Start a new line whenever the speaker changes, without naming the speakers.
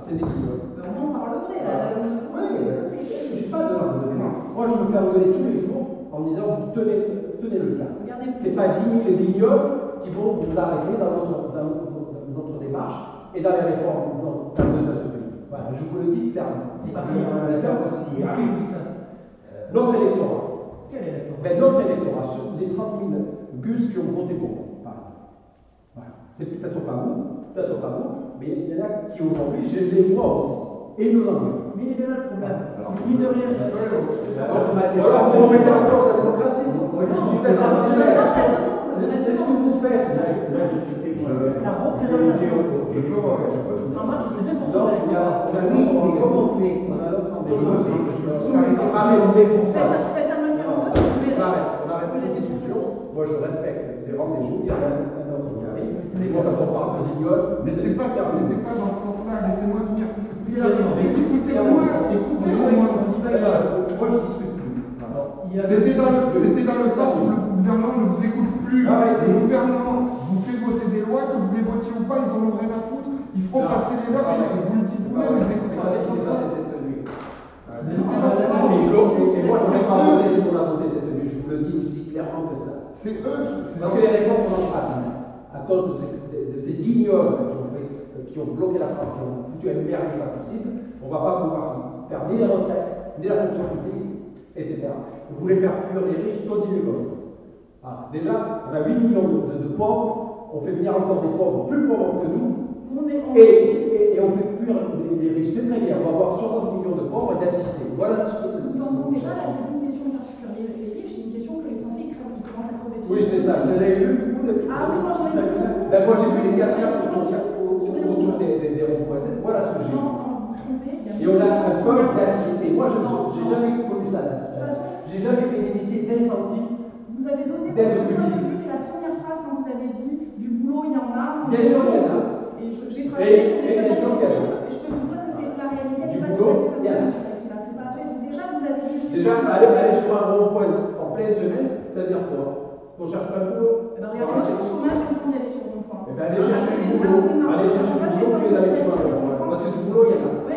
c'est l'équilibre.
Mais au moins, on parle vrai, là, là, on
Oui,
parle de côté.
Je suis pas de l'arbre de demain. Moi, je me fais engueuler tous les jours en me disant vous tenez, tenez le cap.
Regardez,
C'est pas 10 000 guignols qui vont vous arrêter dans notre, dans notre- dans notre démarche et dans les réformes dont on a besoin de ce pays. Voilà, je vous le dis clairement.
C'est parti, on est d'accord aussi.
hein.
Ah oui, oui, ça. Euh,
Notre électorat,
Quel est l'accord
ben, notre électorat, ceux- les 30 000 gus qui ont voté pour moi, par exemple. Voilà. C'est peut-être pas vous, peut-être pas vous, mais il y en a qui aujourd'hui, je les vois aussi. Et ils nous engueulent.
Mais il est bien là le problème.
Alors,
C'est Mine de rien,
ben,
je
Alors, c'est-
Alors, vous remettez en cause la démocratie.
Moi, je
Non,
suis
on
fait
parle
dans le
de ça,
fait.
ça demande, on
C'est
essaie
ce que
de-
vous faites. Là, là, je citais, moi, le-
La représentation.
Je peux, ouais, je peux
Non, moi, je sais même pour
Non,
ça.
il y a-
Oui, mais comment on fait
On a l'autre en
Je
Belgique.
me fais, je suis arrivé
On
à
arrête,
respect pour
Faites
ça.
un- Faites un référendum, vous
on
verrez.
arrête, on arrête
Vous verrez.
les discussions. Moi, je respecte les rendez-vous. Il y en a un autre qui arrive. Mais moi, quand on parle de guignol,
Mais c'est pas, c'était pas dans ce sens-là, laissez-moi finir.
C'est vrai.
Écoutez-moi,
On
écoutez-moi.
dit pas qu'il y a-
Moi, je discute plus.
Alors, il y a-
C'était dans, le- c'était dans le sens où le gouvernement ne vous écoute plus.
Arrêtez.
Le gouvernement vous fait voter des lois, que vous les votiez ou pas, ils en ont rien à foutre. Ils feront
Non. Ah
passer les lois, et vous le dites
C'est
vous-même, ils
C'est pas ce qui s'est
écoutent
passé
pas.
cette nuit. Ah,
C'était dans ce sens.
Et moi,
C'est
c'est pas
eux.
voté ce qu'on a voté cette nuit. Je vous le dis aussi clairement que ça.
C'est eux qui. c'est
Parce que les réformes qu'on en parle, à cause de ces, de- de ces guignols qui ont, fait- qui ont bloqué la France, qui ont foutu à une merde qui n'est pas possible, on ne va pas pouvoir faire ni les retraites, ni la fonction publique, etc. Vous voulez faire fuir les riches, continuez comme ça. Ah, déjà, on a 8 millions de, de- de pauvres, on fait venir encore des pauvres plus pauvres que nous,
On est- on-
et, et- et on fait fuir les, les riches. C'est très bien, on va avoir 60 millions de pauvres et d'assistés. Voilà ce que c'est.
Vous entendez pas, là, c'est une question de faire fuir les riches, c'est une question que les Français ils crèvent, ils commencent à crever de
Oui,
faim.
c'est ça. Vous avez vu beaucoup de
Ah oui, moi, j'en ai vu beaucoup.
Ben, moi, j'ai vu les gars faire
Sur les
autour
ronds-points.
autour des, des, des ronds-points. C'est- Voilà ce que
Non,
j'ai vu.
non, vous vous trompez. il y
Et on a un
beaucoup de gens qui
peuple
regardent.
d'assistés. Moi,
Non,
je n'ai
non.
jamais connu ça,
De toute
l'assisté.
façon,
J'ai jamais bénéficié d'un centime.
vous avez donné
Bien
votre
sûr que
point de
oui.
vue, mais la première phrase quand vous avez dit du boulot, il y en a.
Bien
on-
sûr qu'il y en a.
Et je- j'ai
Et-
travaillé avec des
et
chefs
bien sûr qu'il y en a.
d'entreprise, et je peux vous dire que c'est la réalité
Du
n'est pas
boulot,
tout à fait comme
il y en
ça,
a.
monsieur Aquila. C'est pas vrai. Déjà, vous avez dit. Eh
Déjà, aller, aller sur un rond-point en pleine semaine, ça veut dire quoi Qu'on cherche pas de boulot
Eh ben, regardez, moi, je suis au chômage, j'ai le temps d'y aller sur mon point.
Eh ben, allez chercher du boulot.
Arrêtez
Allez
de marcher
chercher
au chômage,
du
j'ai le
boulot que d'aller sur
temps d'y aller
un
sur mon
rond-point.
point.
Parce que du boulot, il y en a.
Oui,